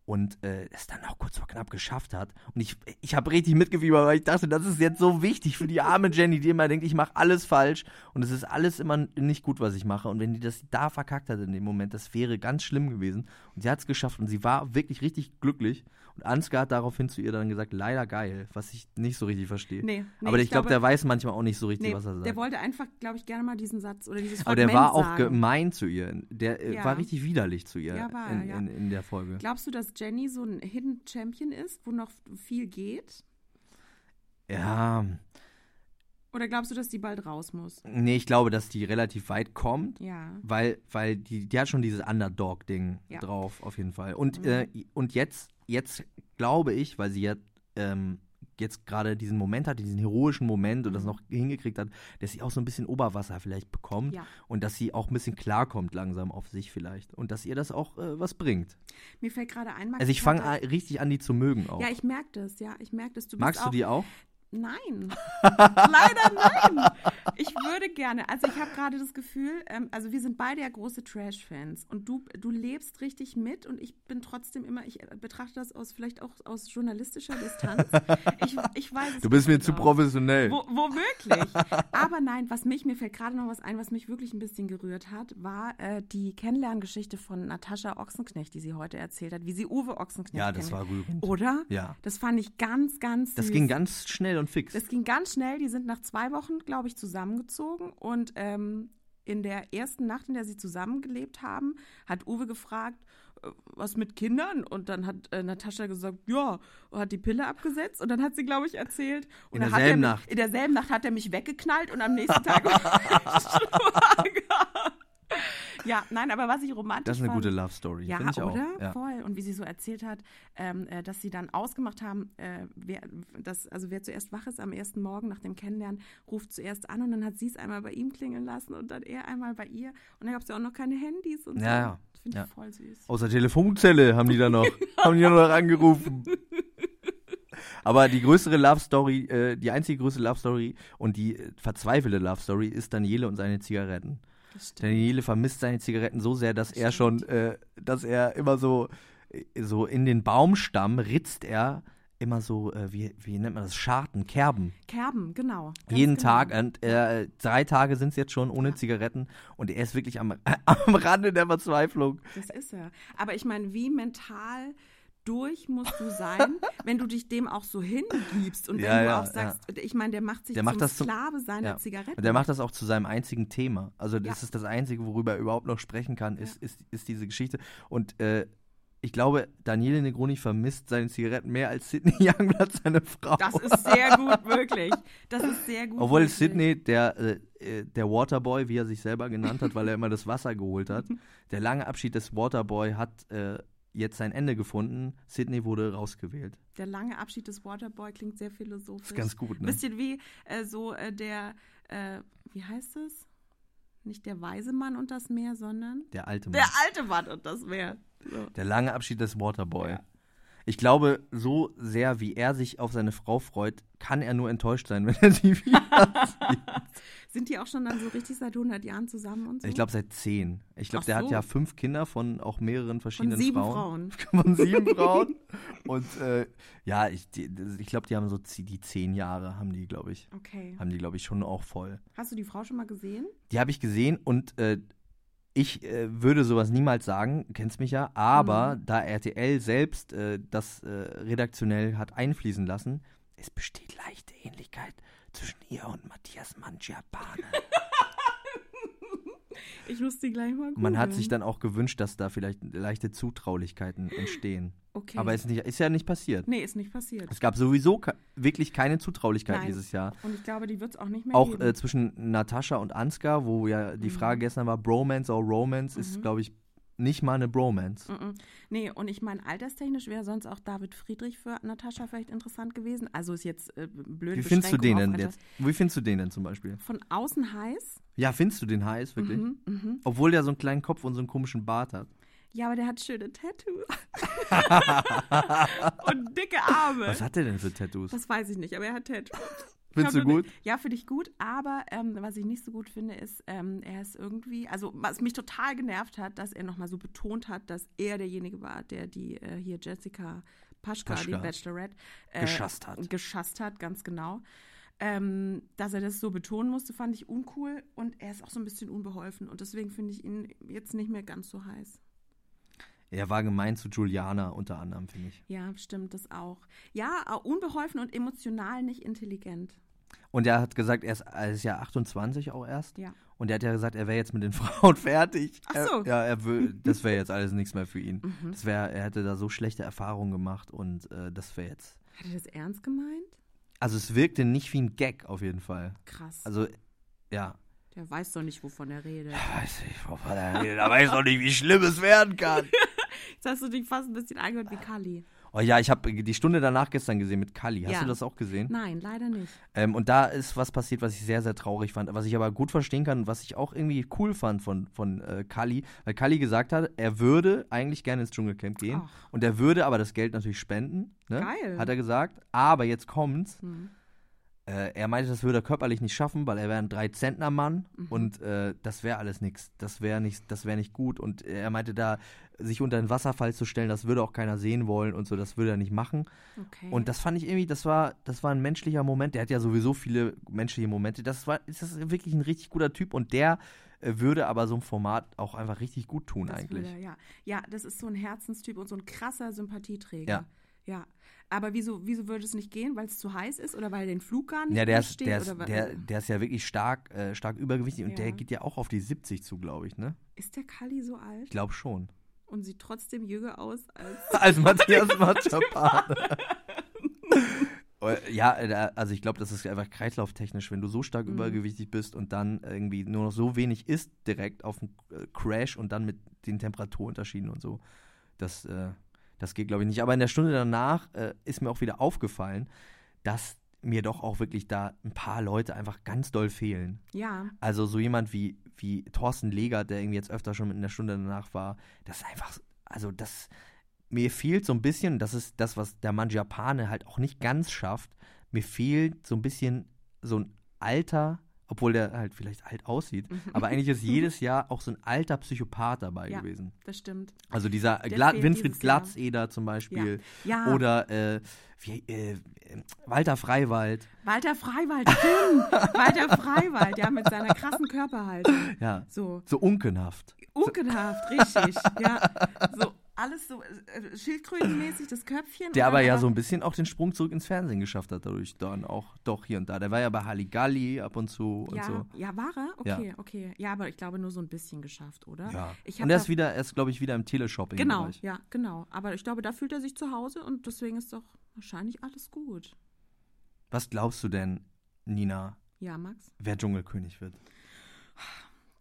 Speaker 2: Und äh, es dann auch kurz vor knapp geschafft hat. Und ich, ich habe richtig mitgefiebert, weil ich dachte, das ist jetzt so wichtig für die arme Jenny, die immer denkt, ich mache alles falsch und es ist alles immer nicht gut, was ich mache. Und wenn die das da verkackt hat in dem Moment, das wäre ganz schlimm gewesen. Und sie hat es geschafft und sie war wirklich richtig glücklich. Und Ansgar hat daraufhin zu ihr dann gesagt, leider geil, was ich nicht so richtig verstehe.
Speaker 3: Nee, nee,
Speaker 2: Aber ich,
Speaker 3: ich
Speaker 2: glaube, der
Speaker 3: glaube-
Speaker 2: weiß manchmal auch nicht so richtig,
Speaker 3: Nee,
Speaker 2: was er sagt.
Speaker 3: der wollte einfach, glaube ich, gerne mal diesen Satz oder dieses
Speaker 2: Aber der
Speaker 3: Fragment
Speaker 2: war auch
Speaker 3: sagen.
Speaker 2: gemein zu ihr. Der äh,
Speaker 3: Ja.
Speaker 2: war richtig widerlich zu ihr
Speaker 3: Ja, war er,
Speaker 2: in,
Speaker 3: ja.
Speaker 2: in, in der Folge.
Speaker 3: Glaubst du, dass Jenny so ein Hidden Champion ist, wo noch viel geht?
Speaker 2: Ja,
Speaker 3: Oder glaubst du, dass die bald raus muss?
Speaker 2: nee, ich glaube, dass die relativ weit kommt.
Speaker 3: Ja.
Speaker 2: Weil, weil die, die hat schon dieses Underdog-Ding
Speaker 3: Ja. Mhm.
Speaker 2: drauf, auf jeden Fall. Und, äh, und jetzt, jetzt glaube ich, weil sie ja ähm, jetzt gerade diesen Moment hatte, diesen heroischen Moment
Speaker 3: Mhm.
Speaker 2: und das noch hingekriegt hat, dass sie auch so ein bisschen Oberwasser vielleicht bekommt
Speaker 3: Ja.
Speaker 2: und dass sie auch ein bisschen klarkommt langsam auf sich vielleicht und dass ihr das auch äh, was bringt.
Speaker 3: Mir fällt gerade ein, Max,
Speaker 2: Also ich
Speaker 3: hatte-
Speaker 2: fange richtig an, die zu mögen auch.
Speaker 3: Ja, ich merke das, ja, ich merke das. Du
Speaker 2: Magst
Speaker 3: bist
Speaker 2: du
Speaker 3: auch,
Speaker 2: die auch?
Speaker 3: Nein. Leider nein. Ich würde gerne. Also ich habe gerade das Gefühl, ähm, also wir sind beide ja große Trash-Fans und du, du lebst richtig mit und ich bin trotzdem immer, ich betrachte das aus vielleicht auch aus journalistischer Distanz. Ich, ich weiß es
Speaker 2: Du bist
Speaker 3: nicht
Speaker 2: mir zu
Speaker 3: genau.
Speaker 2: professionell.
Speaker 3: Wo, womöglich. Aber nein, was mich, mir fällt gerade noch was ein, was mich wirklich ein bisschen gerührt hat, war äh, die Kennenlerngeschichte von Natascha Ochsenknecht, die sie heute erzählt hat, wie sie Uwe Ochsenknecht
Speaker 2: Ja, das war
Speaker 3: kennengelernt-
Speaker 2: rührend.
Speaker 3: Oder?
Speaker 2: Ja.
Speaker 3: Das fand ich ganz, ganz
Speaker 2: Das
Speaker 3: Oh. süß.
Speaker 2: ging ganz schnell und fix.
Speaker 3: Das ging ganz schnell. Die sind nach zwei Wochen, glaube ich, zusammengezogen. Und ähm, in der ersten Nacht, in der sie zusammengelebt haben, hat Uwe gefragt, äh, was mit Kindern? Und dann hat äh, Natascha gesagt, ja, und hat die Pille abgesetzt. Und dann hat sie, glaube ich, erzählt. Und
Speaker 2: In
Speaker 3: dann hat er
Speaker 2: derselben
Speaker 3: mich,
Speaker 2: Nacht.
Speaker 3: In derselben Nacht hat er mich weggeknallt und am nächsten Tag schwanger. Ja, nein, aber was ich romantisch
Speaker 2: Das ist eine
Speaker 3: fand,
Speaker 2: gute Love Story.
Speaker 3: ja,
Speaker 2: finde ich auch.
Speaker 3: oder?
Speaker 2: Ja.
Speaker 3: Voll. Und wie sie so erzählt hat, ähm, äh, dass sie dann ausgemacht haben, äh, wer, dass, also wer zuerst wach ist am ersten Morgen nach dem Kennenlernen, ruft zuerst an und dann hat sie es einmal bei ihm klingeln lassen und dann er einmal bei ihr. Und dann gab es ja auch noch keine Handys und so.
Speaker 2: Ja, ja.
Speaker 3: Das finde ich
Speaker 2: Ja.
Speaker 3: voll süß.
Speaker 2: Aus der Telefonzelle haben die da noch,
Speaker 3: Genau.
Speaker 2: haben die da noch angerufen. Aber die größere Love Story, äh, die einzige größere Love Story und die äh, verzweifelte Love Story ist Daniele und seine Zigaretten.
Speaker 3: Das stimmt.
Speaker 2: Daniele vermisst seine Zigaretten so sehr, dass er schon, äh, dass er immer so, äh, so in den Baumstamm ritzt er immer so, äh, wie, wie nennt man das, Scharten, Kerben.
Speaker 3: Kerben, genau. Ganz
Speaker 2: Jeden
Speaker 3: genau.
Speaker 2: Tag und äh, drei Tage sind es jetzt schon ohne Zigaretten und er ist wirklich am, am Rande der Verzweiflung.
Speaker 3: Das ist er. Aber ich meine, wie mental durch musst du sein, wenn du dich dem auch so hingibst und wenn
Speaker 2: Ja,
Speaker 3: du
Speaker 2: ja,
Speaker 3: auch sagst, ich meine, der macht sich
Speaker 2: Der macht
Speaker 3: zum
Speaker 2: das zum-
Speaker 3: Sklave seiner
Speaker 2: Ja.
Speaker 3: Zigaretten.
Speaker 2: Und der macht das auch zu seinem einzigen Thema. Also das
Speaker 3: Ja.
Speaker 2: ist das Einzige, worüber er überhaupt noch sprechen kann, ist, ist, ist diese Geschichte. Und äh, ich glaube, Daniele Negroni vermisst seine Zigaretten mehr als Sidney Youngblood seine Frau.
Speaker 3: Das ist sehr gut möglich. Das ist sehr gut.
Speaker 2: Obwohl
Speaker 3: möglich.
Speaker 2: Sidney, der, äh, äh, der Waterboy, wie er sich selber genannt hat, weil er immer das Wasser geholt hat, der lange Abschied des Waterboy hat äh, jetzt sein Ende gefunden. Sidney wurde rausgewählt.
Speaker 3: Der lange Abschied des Waterboy klingt sehr philosophisch.
Speaker 2: Ist ganz gut,
Speaker 3: Ein
Speaker 2: ne?
Speaker 3: bisschen wie äh, so äh, der, äh, wie heißt es? Nicht der weise Mann und das Meer, sondern
Speaker 2: Der alte Mann.
Speaker 3: der alte Mann und das Meer. So.
Speaker 2: Der lange Abschied des Waterboy. Ich glaube, so sehr wie er sich auf seine Frau freut, kann er nur enttäuscht sein, wenn er sie wieder sieht.
Speaker 3: Sind die auch schon dann so richtig seit 100 Jahren zusammen und so?
Speaker 2: Ich glaube, seit zehn. Ich glaube,
Speaker 3: Ach
Speaker 2: der hat
Speaker 3: so.
Speaker 2: ja fünf Kinder von auch mehreren verschiedenen
Speaker 3: sieben
Speaker 2: Frauen. Von sieben Frauen. Und äh, ja, ich, die- ich glaube, die haben so zi- die zehn Jahre, haben die, glaube ich.
Speaker 3: Okay.
Speaker 2: Haben die, glaube ich, schon auch voll.
Speaker 3: Hast du die Frau schon mal gesehen?
Speaker 2: Die habe ich gesehen und äh, ich äh, würde sowas niemals sagen, du kennst mich ja, aber
Speaker 3: Mhm.
Speaker 2: da RTL selbst äh, das äh, redaktionell hat einfließen lassen, es besteht leichte Ähnlichkeit zwischen ihr und Matthias Mangiapane.
Speaker 3: Ich muss die gleich mal
Speaker 2: Man hat
Speaker 3: googeln.
Speaker 2: sich dann auch gewünscht, dass da vielleicht leichte Zutraulichkeiten entstehen.
Speaker 3: Okay.
Speaker 2: Aber ist, nicht, ist ja nicht passiert.
Speaker 3: nee, ist nicht passiert.
Speaker 2: Es gab sowieso ke- wirklich keine Zutraulichkeit
Speaker 3: Nein.
Speaker 2: dieses Jahr.
Speaker 3: Und ich glaube, die wird es auch nicht mehr Mhm.
Speaker 2: Auch
Speaker 3: geben.
Speaker 2: äh, zwischen Natascha und Ansgar, wo ja die Frage gestern war, Bromance or Romance, ist, glaube ich, nicht mal eine Bromance.
Speaker 3: Mhm. Nee, und ich meine, alterstechnisch wäre sonst auch David Friedrich für Natascha vielleicht interessant gewesen. Also ist jetzt äh, blöd.
Speaker 2: Wie findest du den
Speaker 3: Beschränkung
Speaker 2: denn
Speaker 3: auf
Speaker 2: jetzt?
Speaker 3: Alters-
Speaker 2: Wie findest du den denn zum Beispiel?
Speaker 3: Von außen heiß.
Speaker 2: Ja, findest du den heiß, wirklich?
Speaker 3: Mhm, mhm.
Speaker 2: Obwohl der so einen kleinen Kopf und so einen komischen Bart hat.
Speaker 3: Ja, aber der hat schöne Tattoos. und dicke Arme.
Speaker 2: Was hat der denn für Tattoos?
Speaker 3: das weiß ich nicht, aber er hat Tattoos.
Speaker 2: Findest du
Speaker 3: Hab noch
Speaker 2: gut?
Speaker 3: nicht- Ja, finde ich gut, aber ähm, was ich nicht so gut finde, ist, ähm, er ist irgendwie, also was mich total genervt hat, dass er nochmal so betont hat, dass er derjenige war, der die äh, hier Jessica Paschka, die
Speaker 2: Paschka.
Speaker 3: Bachelorette, äh,
Speaker 2: Geschasst hat.
Speaker 3: Geschasst hat, ganz genau. Ähm, dass er das so betonen musste, fand ich uncool und er ist auch so ein bisschen unbeholfen und deswegen finde ich ihn jetzt nicht mehr ganz so heiß.
Speaker 2: Er war gemein zu Juliana unter anderem, finde ich.
Speaker 3: Ja, stimmt, das auch. Ja, äh, unbeholfen und emotional nicht intelligent.
Speaker 2: Und er hat gesagt, er ist, er ist ja 28 auch erst.
Speaker 3: Ja.
Speaker 2: Und er hat ja gesagt, er wäre jetzt mit den Frauen fertig.
Speaker 3: Ach so.
Speaker 2: Er,
Speaker 3: Mhm.
Speaker 2: ja, er will, das wäre jetzt alles nichts mehr für ihn. Das wär, er hätte da so schlechte Erfahrungen gemacht und äh, das wäre jetzt.
Speaker 3: Hat er das ernst gemeint?
Speaker 2: Also es wirkte nicht wie ein Gag auf jeden Fall.
Speaker 3: Krass.
Speaker 2: Also, ja.
Speaker 3: Der weiß doch nicht, wovon er redet.
Speaker 2: Weiß ich, wovon er redet. Er weiß doch nicht, wie schlimm es werden kann.
Speaker 3: Jetzt hast du dich fast ein bisschen angehört wie Kali.
Speaker 2: Oh ja, ich habe die Stunde danach gestern gesehen mit Kali. Hast
Speaker 3: Ja.
Speaker 2: du das auch gesehen?
Speaker 3: Nein, leider nicht.
Speaker 2: Ähm, und da ist was passiert, was ich sehr, sehr traurig fand, was ich aber gut verstehen kann und was ich auch irgendwie cool fand von, von äh, Kali, weil Kali gesagt hat, er würde eigentlich gerne ins Dschungelcamp gehen
Speaker 3: Ach.
Speaker 2: und er würde aber das Geld natürlich spenden. Ne?
Speaker 3: Geil.
Speaker 2: Hat er gesagt. Aber jetzt kommt's.
Speaker 3: Hm.
Speaker 2: Äh, er meinte, das würde er körperlich nicht schaffen, weil er wäre ein Drei-Zentner-Mann
Speaker 3: Mhm.
Speaker 2: und äh, das wäre alles nichts. Das wäre nicht, das wäre nicht gut. Und er meinte da, sich unter einen Wasserfall zu stellen, das würde auch keiner sehen wollen und so, das würde er nicht machen.
Speaker 3: Okay.
Speaker 2: Und das fand ich irgendwie, das war, das war ein menschlicher Moment. Der hat ja sowieso viele menschliche Momente. Das war, das ist wirklich ein richtig guter Typ und der äh, würde aber so ein Format auch einfach richtig gut tun
Speaker 3: Das
Speaker 2: eigentlich.
Speaker 3: Würde, ja. ja, das ist so ein Herzenstyp und so ein krasser Sympathieträger.
Speaker 2: Ja.
Speaker 3: Ja. Aber wieso, wieso würde es nicht gehen? Weil es zu heiß ist oder weil er den Flug gar nicht
Speaker 2: Ja, der ist,
Speaker 3: versteht?
Speaker 2: der, ist,
Speaker 3: oder wa-
Speaker 2: der, der ist ja wirklich stark, äh, stark übergewichtig und
Speaker 3: Ja.
Speaker 2: der geht ja auch auf die 70 zu, glaube ich, ne?
Speaker 3: ist der Kali so
Speaker 2: Ich
Speaker 3: alt
Speaker 2: glaube schon.
Speaker 3: und sieht trotzdem jünger aus als.
Speaker 2: als Matthias Matschapane. Ja, äh, da- also ich glaube, das ist einfach kreislauftechnisch, wenn du so stark übergewichtig bist und dann irgendwie nur noch so wenig isst direkt auf den äh, Crash und dann mit den Temperaturunterschieden und so. Das, äh, das geht, glaube ich, nicht. Aber in der Stunde danach äh, ist mir auch wieder aufgefallen, dass mir doch auch wirklich da ein paar Leute einfach ganz doll fehlen.
Speaker 3: Ja,
Speaker 2: Also so jemand wie, wie Thorsten Leger, der irgendwie jetzt öfter schon mit in der Stunde danach war, das ist einfach, also das, mir fehlt so ein bisschen, das ist das, was der Mann Japane halt auch nicht ganz schafft, mir fehlt so ein bisschen so ein alter, obwohl der halt vielleicht alt aussieht, aber eigentlich ist jedes Jahr auch so ein alter Psychopath dabei
Speaker 3: Mhm. Ja.
Speaker 2: gewesen.
Speaker 3: das stimmt.
Speaker 2: Also dieser
Speaker 3: Der
Speaker 2: Gla
Speaker 3: fehlt
Speaker 2: Winfried
Speaker 3: dieses Jahr.
Speaker 2: Glatzeder zum Beispiel
Speaker 3: Ja. Ah. Ja.
Speaker 2: oder äh, wie, äh, Walter Freiwald,
Speaker 3: Walter Freiwald, stimmt. Walter Freiwald, ja, mit seiner krassen Körperhaltung.
Speaker 2: ja,
Speaker 3: So.
Speaker 2: so unkenhaft.
Speaker 3: Unkenhaft, richtig. Ja. So, alles so äh, schildkrötenmäßig, das Köpfchen. und
Speaker 2: Der aber
Speaker 3: dann
Speaker 2: ja so ein bisschen auch den Sprung zurück ins Fernsehen geschafft hat, dadurch dann auch doch hier und da. Der war ja bei Halligalli ab und zu und
Speaker 3: ja, ne?
Speaker 2: so.
Speaker 3: ja, war er?
Speaker 2: Ja.
Speaker 3: Okay, okay. Ja, aber ich glaube nur so ein bisschen geschafft, oder?
Speaker 2: Ja.
Speaker 3: Ich hab
Speaker 2: und er ist
Speaker 3: da-
Speaker 2: wieder, er ist, glaube ich, wieder im Teleshopping.
Speaker 3: Genau, ja, genau. Aber ich glaube, da fühlt er sich zu Hause und deswegen ist doch wahrscheinlich alles gut.
Speaker 2: Was glaubst du denn, Nina,
Speaker 3: Ja, Max?
Speaker 2: wer Dschungelkönig wird?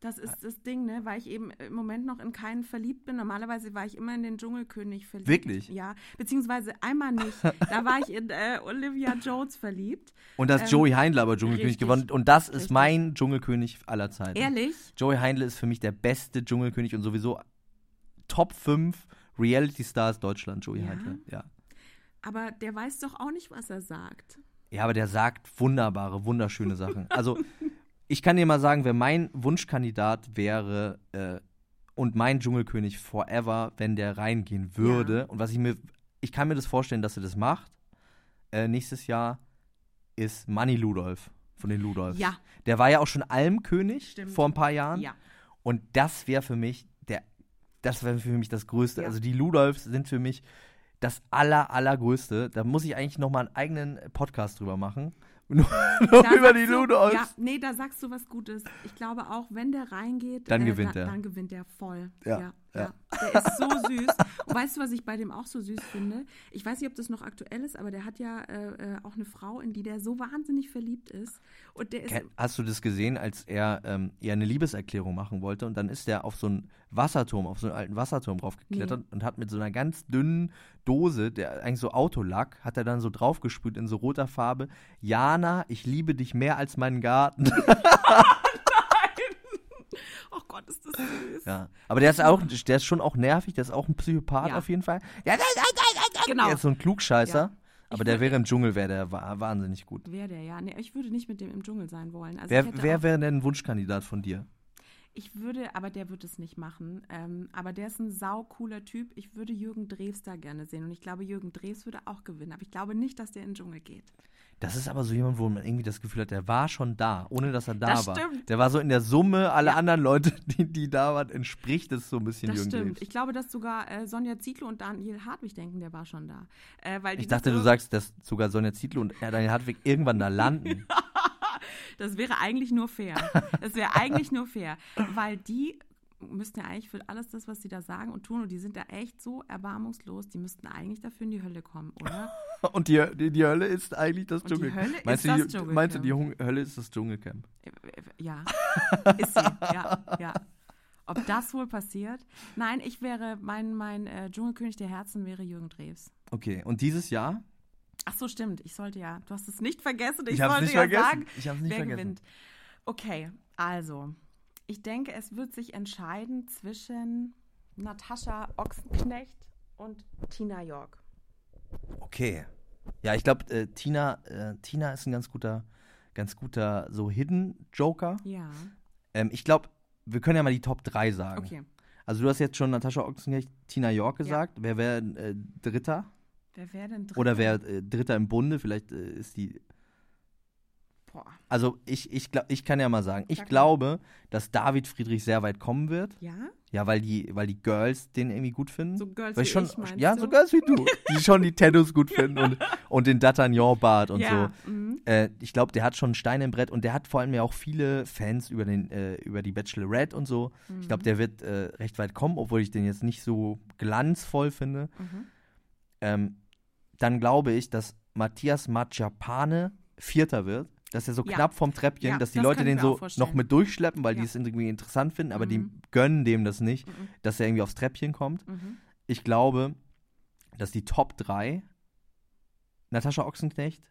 Speaker 3: Das ist das Ding, ne? Weil ich eben im Moment noch in keinen verliebt bin. Normalerweise war ich immer in den Dschungelkönig verliebt.
Speaker 2: Wirklich?
Speaker 3: Ja, beziehungsweise einmal nicht. Da war ich in äh, Olivia Jones verliebt.
Speaker 2: Und dass
Speaker 3: Ähm,
Speaker 2: Joey Heindler aber Dschungelkönig
Speaker 3: richtig,
Speaker 2: gewonnen Und das ist
Speaker 3: richtig.
Speaker 2: mein Dschungelkönig aller Zeiten.
Speaker 3: Ehrlich?
Speaker 2: Joey Heindle ist für mich der beste Dschungelkönig und sowieso Top 5 Reality Stars Deutschland, Joey
Speaker 3: Ja?
Speaker 2: Heindle. Ja.
Speaker 3: Aber der weiß doch auch nicht, was er sagt.
Speaker 2: Ja, aber der sagt wunderbare, wunderschöne Sachen. Also, ich kann dir mal sagen, wer mein Wunschkandidat wäre äh, und mein Dschungelkönig forever, wenn der reingehen würde. Und was ich mir, ich kann mir das vorstellen, dass er das macht. Äh, nächstes Jahr ist Manny Ludolf von den Ludolfs.
Speaker 3: Ja.
Speaker 2: Der war ja auch schon Almkönig
Speaker 3: Stimmt.
Speaker 2: vor ein paar Jahren.
Speaker 3: Ja.
Speaker 2: Und das wäre für mich der, das wäre für mich das Größte.
Speaker 3: Ja.
Speaker 2: Also die Ludolfs sind für mich das aller, allergrößte. Da muss ich eigentlich nochmal einen eigenen Podcast drüber machen. Nur, nur
Speaker 3: Da
Speaker 2: über
Speaker 3: sagst
Speaker 2: die
Speaker 3: du-
Speaker 2: Ludolfs.
Speaker 3: Ja, nee, da sagst du was Gutes. Ich glaube auch, wenn der reingeht, äh,
Speaker 2: Dann gewinnt
Speaker 3: da,
Speaker 2: er.
Speaker 3: Dann gewinnt er voll.
Speaker 2: Ja,
Speaker 3: Ja, ja, Der ist so süß. Und weißt du, was ich bei dem auch so süß finde? Ich weiß nicht, ob das noch aktuell ist, aber der hat ja äh, äh, auch eine Frau, in die der so wahnsinnig verliebt ist. Und der ist
Speaker 2: Ken- Hast du das gesehen, als er ähm, ihr eine Liebeserklärung machen wollte und dann ist er auf so einen Wasserturm, auf so einen alten Wasserturm draufgeklettert und hat mit so einer ganz dünnen Dose, der eigentlich so Autolack, hat er dann so draufgesprüht in so roter Farbe, Jana, ich liebe dich mehr als meinen Garten.
Speaker 3: Oh Gott, ist das süß.
Speaker 2: Ja. Aber der ist auch, der ist schon auch nervig, der ist auch ein Psychopath
Speaker 3: Also Ja.
Speaker 2: auf jeden Fall. Ja, der,
Speaker 3: Genau.
Speaker 2: der ist so ein Klugscheißer.
Speaker 3: Ja.
Speaker 2: Aber der wäre im Dschungel, wäre der wa wahnsinnig gut.
Speaker 3: Wer der, ja. Nee, ich würde nicht mit dem im Dschungel sein wollen. Also ich,
Speaker 2: Wer,
Speaker 3: hätte
Speaker 2: wer
Speaker 3: auch,
Speaker 2: wäre denn ein Wunschkandidat von dir?
Speaker 3: ich würde, aber der wird es nicht machen. Ähm, aber der ist ein saucooler Typ. Ich würde Jürgen Drews da gerne sehen. Und ich glaube, Jürgen Drews würde auch gewinnen. Aber ich glaube nicht, dass der in den Dschungel geht.
Speaker 2: Das ist aber so jemand, wo man irgendwie das Gefühl hat, der war schon da, ohne dass er da
Speaker 3: Das
Speaker 2: war.
Speaker 3: stimmt.
Speaker 2: Der war so in der Summe aller anderen Leute, die, die da waren, entspricht es so ein bisschen
Speaker 3: Das
Speaker 2: Jürgen
Speaker 3: stimmt.
Speaker 2: Drews.
Speaker 3: Ich glaube, dass sogar äh, Sonja Zietlow und Daniel Hartwig denken, der war schon da. Äh, weil die
Speaker 2: Ich dachte,
Speaker 3: das
Speaker 2: du
Speaker 3: so-
Speaker 2: sagst, dass sogar Sonja Zietlow und Daniel Hartwig irgendwann da landen.
Speaker 3: Das wäre eigentlich nur fair. Das wäre eigentlich nur fair. Weil die müssten ja eigentlich für alles das, was sie da sagen und tun, und die sind da echt so erbarmungslos, die müssten eigentlich dafür in die Hölle kommen, oder?
Speaker 2: Und die, die, die Hölle ist eigentlich das
Speaker 3: Und die
Speaker 2: Dschungelcamp.
Speaker 3: Hölle ist
Speaker 2: meinst,
Speaker 3: das
Speaker 2: du, die-
Speaker 3: Dschungelcamp.
Speaker 2: meinst du, die Hun- Hölle ist das Dschungelcamp?
Speaker 3: Äh, äh, Ja, ist sie. Ja, ja. Ob das wohl passiert? Nein, ich wäre, mein, mein äh, Dschungelkönig der Herzen wäre Jürgen Drews.
Speaker 2: Okay, und dieses Jahr?
Speaker 3: Ach so, stimmt. Ich sollte ja. Du hast es nicht vergessen. Ich,
Speaker 2: Ich hab's
Speaker 3: wollte
Speaker 2: nicht
Speaker 3: ja
Speaker 2: vergessen.
Speaker 3: sagen,
Speaker 2: Ich hab's nicht
Speaker 3: wer
Speaker 2: vergessen.
Speaker 3: gewinnt. Okay, also. Ich denke, es wird sich entscheiden zwischen Natascha Ochsenknecht und Tina York.
Speaker 2: Okay. Ja, ich glaube, äh, Tina, äh, Tina ist ein ganz guter, ganz guter so Hidden Joker.
Speaker 3: Ja.
Speaker 2: Ähm, ich glaube, wir können ja mal die Top 3 sagen.
Speaker 3: Okay.
Speaker 2: Also du hast jetzt schon Natascha Ochsenknecht, Tina York gesagt. Wer wäre äh, Dritter?
Speaker 3: Wer wäre denn drin?
Speaker 2: Oder wer äh, Dritter im Bunde? Vielleicht äh, ist die.
Speaker 3: Boah,
Speaker 2: Also ich, ich, glaub, ich kann ja mal sagen, ich
Speaker 3: Sag mal.
Speaker 2: glaube, dass David Friedrich sehr weit kommen wird.
Speaker 3: ja?
Speaker 2: Ja, weil die, weil die Girls den irgendwie gut finden.
Speaker 3: So Girls
Speaker 2: weil
Speaker 3: wie
Speaker 2: schon,
Speaker 3: ich, meinst
Speaker 2: Ja,
Speaker 3: du?
Speaker 2: so Girls wie du. Die schon die Tattoos gut finden und, und den D'Artagnan-Bart und
Speaker 3: ja.
Speaker 2: so.
Speaker 3: mhm.
Speaker 2: Äh, ich glaube, der hat schon einen Stein im Brett und der hat vor allem ja auch viele Fans über, den, äh, über die Bachelorette und so. Ich
Speaker 3: Mhm.
Speaker 2: glaube, der wird äh, recht weit kommen, obwohl ich den jetzt nicht so glanzvoll finde.
Speaker 3: Mhm.
Speaker 2: Ähm, dann glaube ich, dass Matthias Maciapane Vierter wird. Dass er so
Speaker 3: Ja.
Speaker 2: knapp vom Treppchen,
Speaker 3: Ja,
Speaker 2: dass die
Speaker 3: das
Speaker 2: Leute
Speaker 3: kann ich
Speaker 2: den
Speaker 3: mir
Speaker 2: so
Speaker 3: auch vorstellen.
Speaker 2: noch mit durchschleppen, weil die
Speaker 3: Ja.
Speaker 2: es irgendwie interessant finden, aber
Speaker 3: Mhm.
Speaker 2: die gönnen dem das nicht, dass er irgendwie aufs Treppchen kommt.
Speaker 3: Mhm.
Speaker 2: Ich glaube, dass die Top 3 Natascha Ochsenknecht,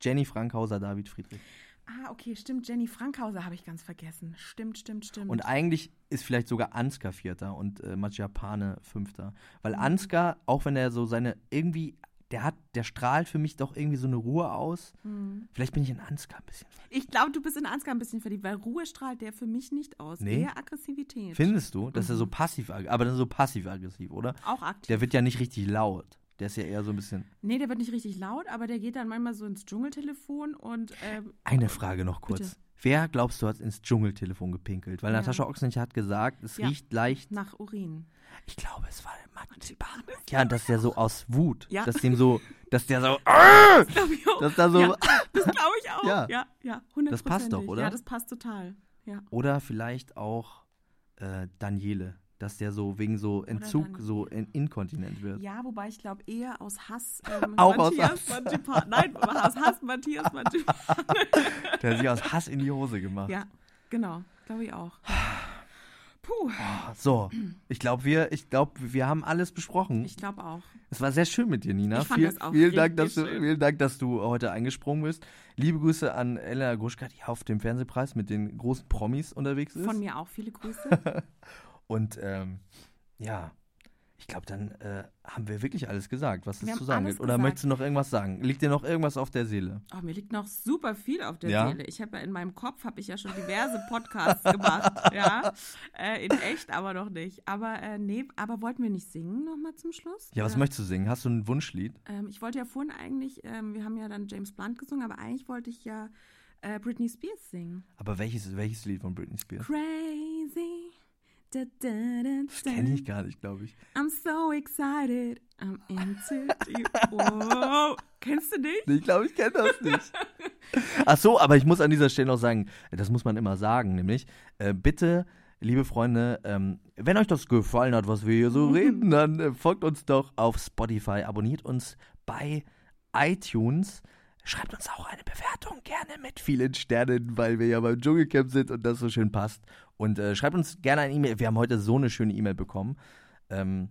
Speaker 2: Jenny Frankhauser, David Friedrich.
Speaker 3: Ah, okay, stimmt. Jenny Frankhauser habe ich ganz vergessen. Stimmt, stimmt, stimmt.
Speaker 2: Und eigentlich ist vielleicht sogar Ansgar Vierter und äh, Majapane Fünfter. Weil Ansgar, auch wenn er so seine irgendwie, der hat, der strahlt für mich doch irgendwie so eine Ruhe aus.
Speaker 3: Mhm.
Speaker 2: Vielleicht bin ich in Ansgar ein bisschen. verliebt.
Speaker 3: Ich glaube, du bist in Ansgar ein bisschen verliebt, weil Ruhe strahlt der für mich nicht aus.
Speaker 2: Nee.
Speaker 3: Eher Aggressivität.
Speaker 2: Findest du, Mhm. dass er so passiv, ag- aber dann so passiv aggressiv, oder?
Speaker 3: auch aktiv.
Speaker 2: Der wird ja nicht richtig laut. Der ist ja eher so ein bisschen.
Speaker 3: nee, der wird nicht richtig laut, aber der geht dann manchmal so ins Dschungeltelefon und ähm,
Speaker 2: Eine Frage noch kurz.
Speaker 3: Bitte.
Speaker 2: Wer glaubst du hat ins Dschungeltelefon gepinkelt? Weil
Speaker 3: Ja.
Speaker 2: Natascha Ochsenknecht hat gesagt, es
Speaker 3: Ja.
Speaker 2: riecht leicht.
Speaker 3: nach Urin.
Speaker 2: Ich glaube, es war der Marzipan. Ja, dass der so aus Wut,
Speaker 3: Ja.
Speaker 2: dass dem so, dass der so,
Speaker 3: Glaub ich auch.
Speaker 2: dass da so,
Speaker 3: Ja, das glaube ich auch.
Speaker 2: Ja.
Speaker 3: Ja, ja, hundertprozentig.
Speaker 2: Das passt doch, oder?
Speaker 3: Ja, das passt total. Ja.
Speaker 2: Oder vielleicht auch äh, Daniele, dass der so wegen so Entzug
Speaker 3: Daniele.
Speaker 2: so in, inkontinent wird.
Speaker 3: Ja, wobei ich glaube, eher aus Hass. Ähm,
Speaker 2: Auch aus
Speaker 3: Matthias
Speaker 2: Hass.
Speaker 3: Mangiapane- Nein, aus Hass Matthias Mangiapane.
Speaker 2: Der hat sich aus Hass in die Hose gemacht.
Speaker 3: Ja, genau. Glaube ich auch. Puh,
Speaker 2: Oh, So, ich glaube, wir, ich glaube, wir haben alles besprochen.
Speaker 3: ich glaube auch.
Speaker 2: es war sehr schön mit dir, Nina.
Speaker 3: Ich fand
Speaker 2: Viel-
Speaker 3: das auch
Speaker 2: vielen, Dank, dass
Speaker 3: richtig
Speaker 2: du,
Speaker 3: schön.
Speaker 2: vielen Dank, dass du heute eingesprungen bist. Liebe Grüße an Elena Gruschka, die auf dem Fernsehpreis mit den großen Promis unterwegs ist.
Speaker 3: Von mir auch viele Grüße.
Speaker 2: Und ähm, ja, ich glaube, dann äh, haben wir wirklich alles gesagt, was
Speaker 3: Wir
Speaker 2: es zu
Speaker 3: haben
Speaker 2: sagen
Speaker 3: alles
Speaker 2: gibt. Oder
Speaker 3: gesagt.
Speaker 2: möchtest du noch irgendwas sagen? Liegt dir noch irgendwas auf der Seele?
Speaker 3: Oh, mir liegt noch super viel auf der
Speaker 2: Ja?
Speaker 3: Seele. Ich habe ja in meinem Kopf habe ich ja schon diverse Podcasts gemacht, ja, äh, in echt, aber noch nicht. Aber äh, nee, aber wollten wir nicht singen nochmal zum Schluss?
Speaker 2: Ja, was
Speaker 3: Oder?
Speaker 2: möchtest du singen? Hast du ein Wunschlied?
Speaker 3: Ähm, ich wollte ja vorhin eigentlich, ähm, wir haben ja dann James Blunt gesungen, aber eigentlich wollte ich ja äh, Britney Spears singen.
Speaker 2: Aber welches, welches Lied von Britney Spears?
Speaker 3: Crazy. Da, da, da,
Speaker 2: Das
Speaker 3: da.
Speaker 2: kenne ich gar nicht, glaube ich.
Speaker 3: I'm so excited. I'm into you. Wow. Kennst du dich?
Speaker 2: Nee, Ich glaube, ich kenne das nicht. Ach so, aber ich muss an dieser Stelle noch sagen, das muss man immer sagen, nämlich, äh, bitte, liebe Freunde, ähm, wenn euch das gefallen hat, was wir hier so reden, dann äh, folgt uns doch auf Spotify, abonniert uns bei iTunes. Schreibt uns auch eine Bewertung gerne mit vielen Sternen, weil wir ja beim Dschungelcamp sind und das so schön passt. Und äh, schreibt uns gerne eine E-Mail. Wir haben heute so eine schöne E-Mail bekommen. Ähm,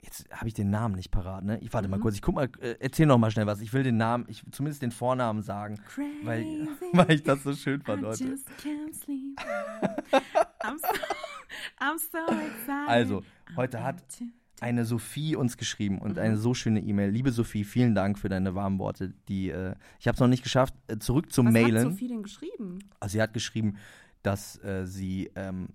Speaker 2: Jetzt habe ich den Namen nicht parat, ne? Ich warte
Speaker 3: Mhm.
Speaker 2: mal kurz, ich guck mal, äh, erzähl noch mal schnell was. Ich will den Namen, ich zumindest den Vornamen sagen,
Speaker 3: Crazy.
Speaker 2: weil, weil ich das so schön fand
Speaker 3: I
Speaker 2: heute.
Speaker 3: just can't sleep. I'm so, I'm so excited.
Speaker 2: Also, heute hat
Speaker 3: into-
Speaker 2: Eine Sophie uns geschrieben und
Speaker 3: Mhm.
Speaker 2: eine so schöne E-Mail. Liebe Sophie, vielen Dank für deine warmen Worte. Die, äh, ich habe es noch nicht geschafft, äh, zurück zum
Speaker 3: Was
Speaker 2: Mailen.
Speaker 3: hat Sophie denn geschrieben?
Speaker 2: Also sie hat geschrieben, dass äh, sie, ähm,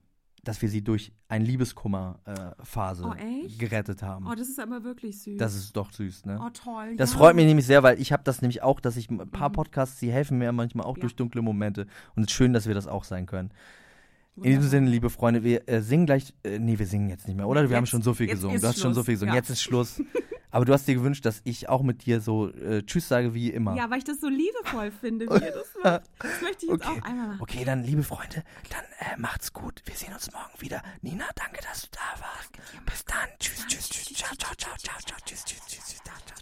Speaker 2: dass wir sie durch ein Liebeskummer-Phase äh, Phase
Speaker 3: Oh, echt?
Speaker 2: gerettet haben.
Speaker 3: Oh, das ist aber wirklich süß.
Speaker 2: das ist doch süß, ne?
Speaker 3: oh, toll.
Speaker 2: Das
Speaker 3: ja. Mhm.
Speaker 2: freut mich nämlich sehr, weil ich habe das nämlich auch, dass ich ein paar Podcasts, die helfen mir manchmal auch
Speaker 3: Ja.
Speaker 2: durch dunkle Momente. Und es ist schön, dass wir das auch sein können. In
Speaker 3: Wunderbar.
Speaker 2: diesem Sinne, liebe Freunde, wir äh, singen gleich. Äh, nee, wir singen jetzt nicht mehr, oder? Wir haben
Speaker 3: Jetzt-
Speaker 2: schon so viel
Speaker 3: jetzt
Speaker 2: gesungen.
Speaker 3: ist
Speaker 2: Du hast schon so
Speaker 3: Schluss,
Speaker 2: viel gesungen.
Speaker 3: ja.
Speaker 2: Jetzt ist Schluss. Aber du hast dir gewünscht, dass ich auch mit dir so äh, Tschüss sage wie immer.
Speaker 3: Ja, weil ich das so liebevoll finde, wie ihr das macht. Das möchte ich jetzt
Speaker 2: Okay.
Speaker 3: auch einmal machen.
Speaker 2: okay, dann, liebe Freunde, dann äh, macht's gut. Wir sehen uns morgen wieder. Nina, danke, dass du da warst. Bis dann. Tschüss, tschüss, tschüss. Ciao, ciao, ciao, ciao, ciao. Tschüss, tschüss, tschüss, tschüss. Ciao, ciao.